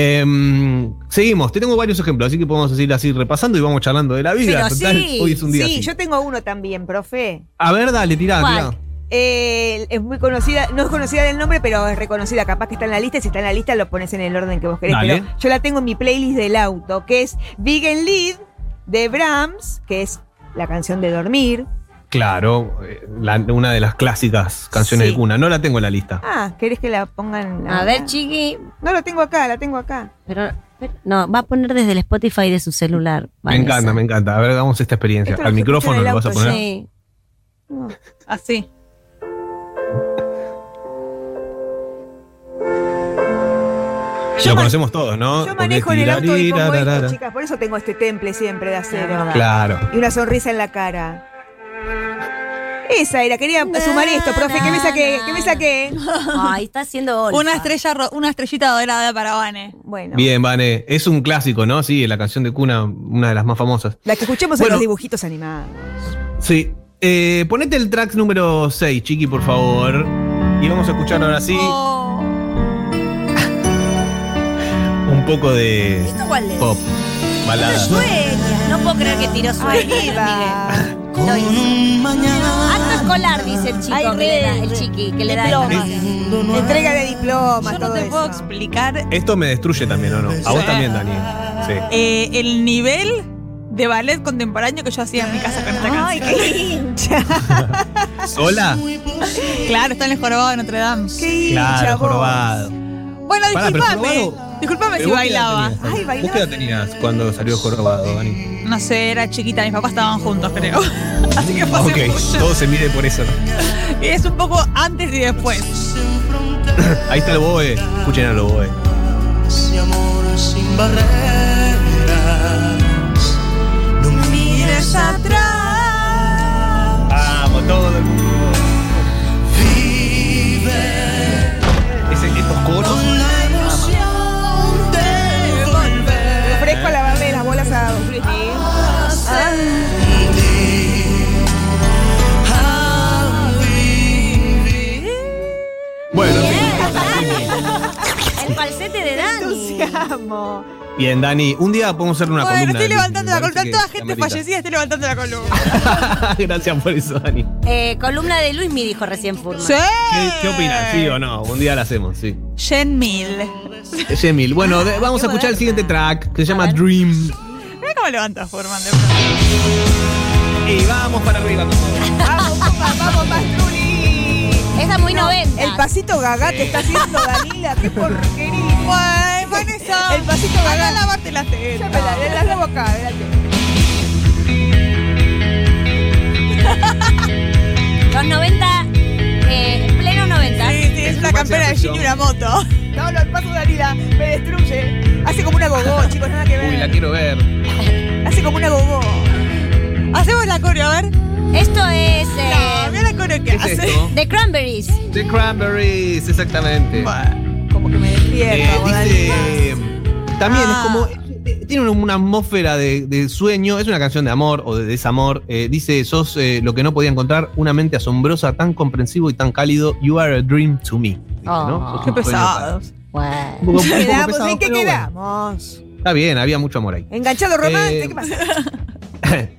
[SPEAKER 3] Em, seguimos. Te tengo varios ejemplos, así que podemos seguir así repasando y vamos charlando de la vida.
[SPEAKER 2] Pero
[SPEAKER 3] Total,
[SPEAKER 2] sí,
[SPEAKER 3] hoy es un día
[SPEAKER 5] Sí,
[SPEAKER 3] así.
[SPEAKER 5] yo tengo uno también, profe.
[SPEAKER 3] A ver, dale, tirá,
[SPEAKER 2] ¿Cuál?
[SPEAKER 3] tirá.
[SPEAKER 5] Eh, es muy conocida, no es conocida del nombre, pero es reconocida. Capaz que está en la lista. y Si está en la lista, lo pones en el orden que vos querés.
[SPEAKER 3] Dale.
[SPEAKER 5] Pero yo la tengo en mi playlist del auto, que es Vegan Lead de Brahms, que es la canción de dormir.
[SPEAKER 3] Claro, eh, la- una de las clásicas canciones
[SPEAKER 5] Sí.
[SPEAKER 3] de cuna. No la tengo en la lista.
[SPEAKER 5] Ah, ¿querés que la pongan?
[SPEAKER 2] A
[SPEAKER 5] ahora?
[SPEAKER 2] ver, chiqui,
[SPEAKER 5] No, lo tengo acá, la tengo acá.
[SPEAKER 2] pero, pero- no, va a poner desde el Spotify de su celular.
[SPEAKER 3] me encanta, me encanta. A ver, damos esta experiencia.
[SPEAKER 5] Esto lo
[SPEAKER 3] Al
[SPEAKER 5] escucho
[SPEAKER 3] micrófono
[SPEAKER 5] en el
[SPEAKER 3] lo vas a
[SPEAKER 5] auto,
[SPEAKER 3] poner.
[SPEAKER 2] Sí.
[SPEAKER 5] No.
[SPEAKER 4] Así.
[SPEAKER 3] Lo conocemos todos, ¿no?
[SPEAKER 5] Yo
[SPEAKER 3] Porque
[SPEAKER 5] manejo en el auto y pongo
[SPEAKER 3] tirararara.
[SPEAKER 5] esto, chicas. Por eso tengo este temple siempre de acero.
[SPEAKER 3] Claro.
[SPEAKER 5] Y una sonrisa en la cara. Esa era, quería sumar esto, profe. que me saqué? que me saqué?
[SPEAKER 2] Ay, está haciendo golfa.
[SPEAKER 4] Una estrella, ro- una estrellita dorada para Vane.
[SPEAKER 5] Bueno,
[SPEAKER 3] Bien, Vane. Es un clásico, ¿no? Sí, la canción de cuna, una de las más famosas.
[SPEAKER 5] la que escuchemos en
[SPEAKER 3] Bueno.
[SPEAKER 5] los dibujitos animados.
[SPEAKER 3] Sí. Eh, ponete el track número 6, Chiqui, por favor. Y vamos a escuchar ahora sí
[SPEAKER 4] Oh,
[SPEAKER 3] un poco de
[SPEAKER 2] ¿Esto cuál es?
[SPEAKER 3] pop.
[SPEAKER 2] Esto es
[SPEAKER 3] Balada.
[SPEAKER 2] sueños. No puedo creer que tiró sueños.
[SPEAKER 5] Ahí va.
[SPEAKER 2] Lo hice. Acto escolar, dice el chico,
[SPEAKER 5] Ay,
[SPEAKER 2] que le da-
[SPEAKER 5] re.
[SPEAKER 2] el chiqui, que le da
[SPEAKER 5] Diploma.
[SPEAKER 2] el
[SPEAKER 3] Sí.
[SPEAKER 5] Entrega de diplomas,
[SPEAKER 4] Yo no
[SPEAKER 5] todo
[SPEAKER 4] te puedo
[SPEAKER 5] eso.
[SPEAKER 4] explicar
[SPEAKER 3] Esto me destruye también, ¿o no? A vos también, Dani. Sí.
[SPEAKER 4] eh, el nivel de ballet contemporáneo que yo hacía en mi casa con esta
[SPEAKER 5] Ay,
[SPEAKER 4] canción.
[SPEAKER 5] qué hincha.
[SPEAKER 3] ¿Sola?
[SPEAKER 4] Claro, está en el jorobado de Notre Dame.
[SPEAKER 5] Qué hincha
[SPEAKER 3] Claro,
[SPEAKER 5] vos.
[SPEAKER 3] jorobado.
[SPEAKER 4] Bueno,
[SPEAKER 3] Pará, pero
[SPEAKER 4] disculpame.
[SPEAKER 3] jorobado-
[SPEAKER 4] Disculpame
[SPEAKER 3] Pero
[SPEAKER 4] si
[SPEAKER 3] vos qué edad
[SPEAKER 4] bailaba.
[SPEAKER 3] tenías,
[SPEAKER 5] Ay,
[SPEAKER 3] Dani?
[SPEAKER 5] bailaba.
[SPEAKER 3] ¿Vos qué edad tenías cuando salió jorobado, Dani?
[SPEAKER 4] No sé, era chiquita, mis papás estaban juntos, creo. Así que pasé
[SPEAKER 3] Ok,
[SPEAKER 4] mucho.
[SPEAKER 3] todo se mide por eso.
[SPEAKER 4] Y es un poco antes y después.
[SPEAKER 3] Ahí está el boe. Escuchen al boe.
[SPEAKER 8] Ese amor sin barreras. No me mires atrás.
[SPEAKER 3] Vamos, todo el mundo.
[SPEAKER 8] Vive
[SPEAKER 3] Ese- estos coros.
[SPEAKER 8] con la emoción de volver
[SPEAKER 5] Fresco
[SPEAKER 3] ¿Eh?
[SPEAKER 5] a lavarle las bolas a Don Cristi.
[SPEAKER 8] a sentir. A vivir.
[SPEAKER 3] Bueno, en fin.
[SPEAKER 2] El falsete de Dani.
[SPEAKER 5] Entusiasmo.
[SPEAKER 3] bien, Dani. Un día podemos hacer una
[SPEAKER 4] Bueno,
[SPEAKER 3] columna.
[SPEAKER 4] estoy levantando la
[SPEAKER 3] Me
[SPEAKER 4] columna.
[SPEAKER 3] parece
[SPEAKER 4] Toda
[SPEAKER 3] que Ah,
[SPEAKER 4] gente
[SPEAKER 3] amerita.
[SPEAKER 4] fallecida, estoy levantando la columna.
[SPEAKER 3] Gracias por eso, Dani.
[SPEAKER 2] Eh, columna de Luis me dijo recién Furman.
[SPEAKER 4] Sí.
[SPEAKER 3] ¿Qué, qué opinas? ¿Sí o no? Un día la hacemos, sí.
[SPEAKER 4] Jen Mill.
[SPEAKER 3] Yemil, bueno, de- vamos a escuchar el siguiente track que se llama Dream.
[SPEAKER 4] Mira cómo levanta Forman de pronto.
[SPEAKER 3] Y vamos para arriba.
[SPEAKER 5] Vamos, papá, vamos, Mastrulli.
[SPEAKER 2] Esa muy noventa.
[SPEAKER 5] El pasito gaga que está haciendo Danila, qué porquería.
[SPEAKER 4] Bueno, Vanessa.
[SPEAKER 5] El pasito
[SPEAKER 4] Anda a
[SPEAKER 5] gaga.
[SPEAKER 4] lavarte las
[SPEAKER 5] Ya
[SPEAKER 4] tetas.
[SPEAKER 5] me la, la lavo acá, adelante.
[SPEAKER 2] Los 90, eh, en pleno 90.
[SPEAKER 4] Sí, sí, es una campera de jean y una moto.
[SPEAKER 5] No, no, el paso de Danila me destruye. Hace como una gogó, chicos, nada que ver.
[SPEAKER 3] Uy, la quiero ver.
[SPEAKER 5] Hace como una gogó.
[SPEAKER 4] Hacemos la coreo, a ver.
[SPEAKER 2] Esto es eh,
[SPEAKER 4] No, mira la coreo que
[SPEAKER 3] ¿Qué es
[SPEAKER 4] hace.
[SPEAKER 3] esto?
[SPEAKER 2] The Cranberries.
[SPEAKER 3] The Cranberries, exactamente.
[SPEAKER 4] Bueno.
[SPEAKER 5] Como que me
[SPEAKER 3] Eh,
[SPEAKER 5] despierta, vos, Dalila.
[SPEAKER 3] dice, también
[SPEAKER 4] Ah.
[SPEAKER 3] es como. eh, Tiene una- una atmósfera de, de sueño, es una canción de amor o de desamor. eh, dice, sos eh, lo que no podía encontrar, una mente asombrosa, tan comprensivo y tan cálido. You are a dream to me. Dice,
[SPEAKER 2] Oh.
[SPEAKER 3] ¿no? Sos
[SPEAKER 4] Qué
[SPEAKER 3] un sueño para-
[SPEAKER 4] pesados.
[SPEAKER 3] Un
[SPEAKER 2] Bueno.
[SPEAKER 3] poco- un poco
[SPEAKER 5] Quedamos,
[SPEAKER 3] pesado,
[SPEAKER 5] pues, ¿en qué
[SPEAKER 3] pero bueno.
[SPEAKER 5] quedamos?
[SPEAKER 3] Está bien, había mucho amor ahí.
[SPEAKER 5] Enganchado romance,
[SPEAKER 3] Eh,
[SPEAKER 5] ¿qué pasa?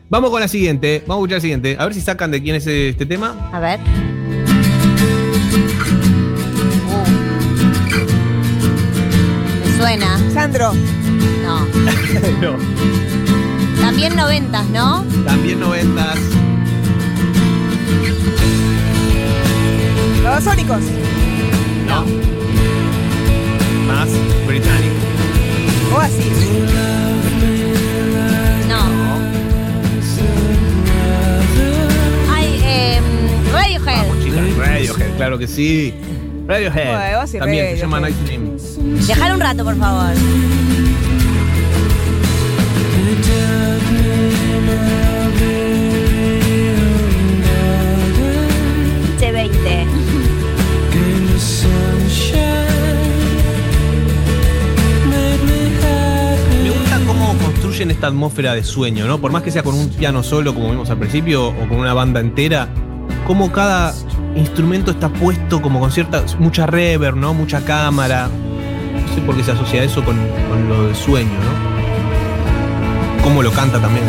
[SPEAKER 3] Vamos con la siguiente, vamos a escuchar la siguiente. A ver si sacan de quién es este tema.
[SPEAKER 2] A ver. Uh. Me suena.
[SPEAKER 5] Sandro,
[SPEAKER 2] No.
[SPEAKER 3] No.
[SPEAKER 2] También 90, ¿no?
[SPEAKER 3] También noventas.
[SPEAKER 5] los sónicos.
[SPEAKER 3] No. Más británico.
[SPEAKER 5] O así.
[SPEAKER 2] No. Ay, eh, Radiohead.
[SPEAKER 3] Chicas, Radiohead, claro que sí.
[SPEAKER 5] Bueno,
[SPEAKER 3] Radiohead.
[SPEAKER 5] vos y
[SPEAKER 3] También se llama Night
[SPEAKER 5] Radiohead.
[SPEAKER 3] Dream.
[SPEAKER 2] Dejar un rato, por favor. C20.
[SPEAKER 8] In the sunshine, made me happy.
[SPEAKER 3] Me gusta cómo construyen esta atmósfera de sueño, ¿no? Por más que sea con un piano solo, como vimos al principio, o con una banda entera, cómo cada instrumento está puesto como con cierta. mucha reverb, ¿no? Mucha cámara. No sé por qué se asocia eso con, con lo de sueño, ¿no? Cómo lo canta también.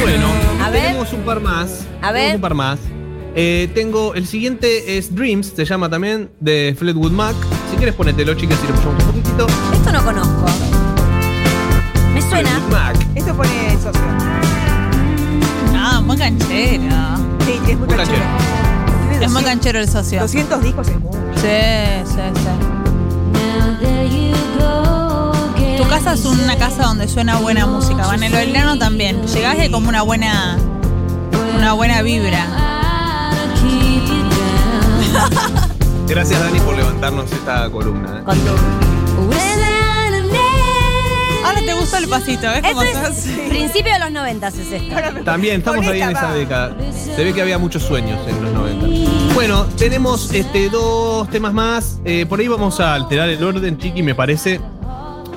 [SPEAKER 3] Bueno,
[SPEAKER 2] A ver.
[SPEAKER 3] tenemos un par más.
[SPEAKER 2] A
[SPEAKER 3] tenemos
[SPEAKER 2] ver.
[SPEAKER 3] Un par más. Eh, tengo el siguiente es Dreams, se llama también, de Fleetwood Mac. Si quieres ponételo, chicas, y lo escuchamos un poquitito.
[SPEAKER 2] Esto no conozco. Me suena.
[SPEAKER 3] Fleetwood Mac.
[SPEAKER 5] Esto pone el socio.
[SPEAKER 4] Ah, muy canchero.
[SPEAKER 5] Sí, es muy
[SPEAKER 3] Muy
[SPEAKER 5] canchero. Tiene
[SPEAKER 4] Es muy
[SPEAKER 5] 200
[SPEAKER 4] canchero el socio. Sí,
[SPEAKER 5] 200 discos es mucho.
[SPEAKER 4] sí, sí. Tu casa es una casa donde suena buena música. Van el verano también. Llegás y hay como una buena. Una buena vibra.
[SPEAKER 3] Gracias, Dani, por levantarnos esta columna. ¿eh?
[SPEAKER 2] Con tu-
[SPEAKER 4] Ahora te gustó el pasito, ¿ves? Como
[SPEAKER 2] Este es
[SPEAKER 4] estás?
[SPEAKER 2] principio de los noventas es esto.
[SPEAKER 3] También estamos
[SPEAKER 5] Con
[SPEAKER 3] ahí en
[SPEAKER 5] esta
[SPEAKER 3] esa
[SPEAKER 5] va.
[SPEAKER 3] década. Se ve que había muchos sueños en los 90. Bueno, tenemos este, dos temas más. Eh, por ahí vamos a alterar el orden, Chiqui, me parece.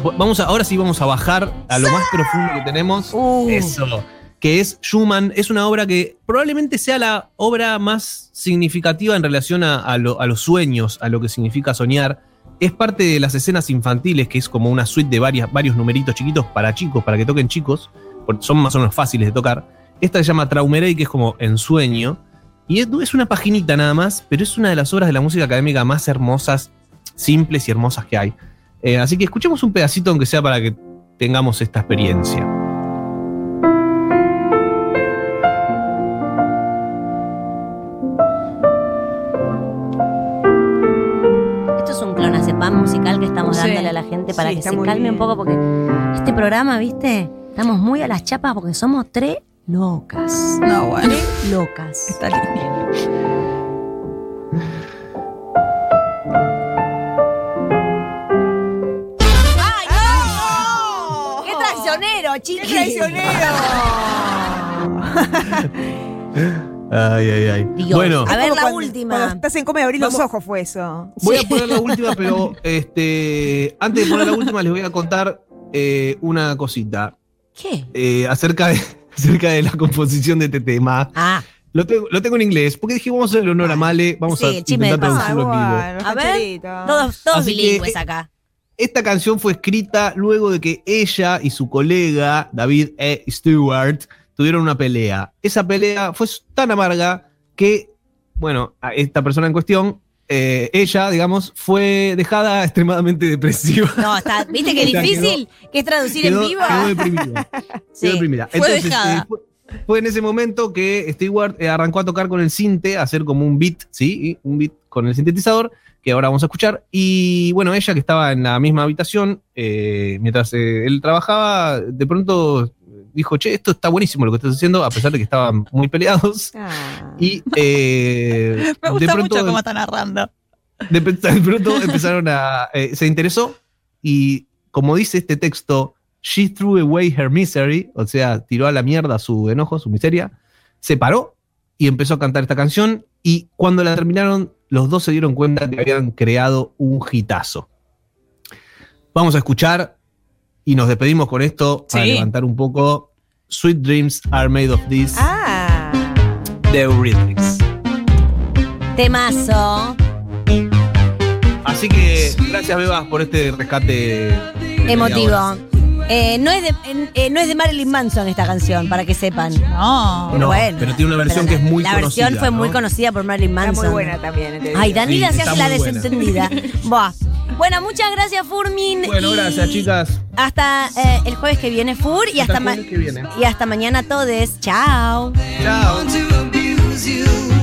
[SPEAKER 3] V- Vamos a, ahora sí vamos a bajar a lo más profundo que tenemos.
[SPEAKER 2] Uh.
[SPEAKER 3] Eso. Que es Schumann. Es una obra que probablemente sea la obra más significativa en relación a, a lo- a los sueños, a lo que significa soñar. Es parte de las escenas infantiles, que es como una suite de varias, varios numeritos chiquitos para chicos, para que toquen chicos. porque Son más o menos fáciles de tocar. Esta se llama Traumerei, que es como ensueño. Y es, es una paginita nada más, pero es una de las obras de la música académica más hermosas, simples y hermosas que hay. Eh, así que escuchemos un pedacito, aunque sea para que tengamos esta experiencia.
[SPEAKER 2] Esto es un clonazepam musical que estamos
[SPEAKER 5] Sí.
[SPEAKER 2] dándole a la gente para
[SPEAKER 5] Sí,
[SPEAKER 2] que
[SPEAKER 5] está
[SPEAKER 2] se
[SPEAKER 5] muy
[SPEAKER 2] calme
[SPEAKER 5] bien.
[SPEAKER 2] un poco porque este programa, viste, estamos muy a las chapas porque somos tres locas.
[SPEAKER 4] No, bueno.
[SPEAKER 2] Tres locas.
[SPEAKER 4] Está lindo.
[SPEAKER 2] ¡Ay, no! ¡Qué traicionero, chiqui!
[SPEAKER 5] ¡Qué traicionero!
[SPEAKER 3] Ay, ay, ay.
[SPEAKER 2] Dios.
[SPEAKER 3] Bueno,
[SPEAKER 2] A ver,
[SPEAKER 5] Como
[SPEAKER 2] la
[SPEAKER 5] cuando-
[SPEAKER 2] última.
[SPEAKER 5] Cuando estás en coma y abrís los
[SPEAKER 3] Vamos.
[SPEAKER 5] ojos, fue eso.
[SPEAKER 3] voy a poner la última, pero este, antes de poner la última les voy a contar eh, una cosita
[SPEAKER 2] ¿Qué?
[SPEAKER 3] eh, acerca, de, acerca de la composición de este tema.
[SPEAKER 2] Ah,
[SPEAKER 3] Lo tengo, lo tengo en inglés, porque dije, vamos a hacerle honor a Male, vamos
[SPEAKER 2] Sí,
[SPEAKER 3] a
[SPEAKER 2] el chisme
[SPEAKER 3] intentar
[SPEAKER 2] de paz.
[SPEAKER 3] traducirlo en vivo.
[SPEAKER 5] Ah, bueno,
[SPEAKER 2] A ver,
[SPEAKER 5] Cacherito.
[SPEAKER 2] todos, todos
[SPEAKER 3] Así que,
[SPEAKER 2] bilingües
[SPEAKER 3] eh,
[SPEAKER 2] acá.
[SPEAKER 3] Esta canción fue escrita luego de que ella y su colega David E. Stewart tuvieron una pelea. Esa pelea fue tan amarga que, bueno, a esta persona en cuestión, eh, ella, digamos, fue dejada extremadamente depresiva.
[SPEAKER 2] No, está, ¿viste qué
[SPEAKER 3] Ya
[SPEAKER 2] difícil que es traducir
[SPEAKER 3] Quedó,
[SPEAKER 2] en vivo?
[SPEAKER 3] quedó deprimida.
[SPEAKER 2] Sí.
[SPEAKER 3] quedó deprimida.
[SPEAKER 4] Fue
[SPEAKER 3] Entonces,
[SPEAKER 4] dejada.
[SPEAKER 3] eh, fue, fue en ese momento que Stewart eh, arrancó a tocar con el cinte, a hacer como un beat, ¿sí? Y Un beat con el sintetizador, que ahora vamos a escuchar. Y bueno, ella que estaba en la misma habitación, eh, mientras eh, él trabajaba, de pronto dijo, che, esto está buenísimo lo que estás haciendo, a pesar de que estaban muy peleados.
[SPEAKER 5] Ah.
[SPEAKER 3] Y eh, de
[SPEAKER 4] Me gusta
[SPEAKER 3] pronto
[SPEAKER 4] mucho cómo está narrando.
[SPEAKER 3] de, pe- de pronto empezaron a. eh, se interesó y, como dice este texto, she threw away her misery, o sea, tiró a la mierda su enojo, su miseria, se paró y empezó a cantar esta canción. Y cuando la terminaron, los dos se dieron cuenta que habían creado un hitazo. Vamos a escuchar y nos despedimos con esto para
[SPEAKER 4] Sí.
[SPEAKER 3] levantar un poco. Sweet dreams are made of this,
[SPEAKER 5] Ah.
[SPEAKER 3] the Eurythmics.
[SPEAKER 2] Temazo.
[SPEAKER 3] Así que gracias, Bebas, por este rescate
[SPEAKER 2] Emotivo. Eh, no, es de, en- eh, no es de Marilyn Manson esta canción, para que sepan.
[SPEAKER 4] No.
[SPEAKER 3] No,
[SPEAKER 2] bueno,
[SPEAKER 3] pero tiene una versión que es muy
[SPEAKER 2] La versión
[SPEAKER 3] conocida,
[SPEAKER 2] fue muy
[SPEAKER 3] ¿no?
[SPEAKER 2] conocida por Marilyn
[SPEAKER 5] Está
[SPEAKER 2] Manson.
[SPEAKER 5] muy buena también. te
[SPEAKER 2] Ay,
[SPEAKER 5] digo.
[SPEAKER 2] Daniela
[SPEAKER 3] Sí,
[SPEAKER 2] se
[SPEAKER 3] está
[SPEAKER 2] hace la
[SPEAKER 3] muy buena.
[SPEAKER 2] desentendida. Buah. Bueno, muchas gracias, Furmin.
[SPEAKER 3] Bueno,
[SPEAKER 2] y
[SPEAKER 3] gracias, chicas.
[SPEAKER 2] Hasta eh, el jueves que viene, Fur. Y hasta,
[SPEAKER 3] el
[SPEAKER 2] ma-
[SPEAKER 3] jueves que viene.
[SPEAKER 2] y hasta mañana, todes. Chao.
[SPEAKER 3] Chao.
[SPEAKER 8] to abuse you.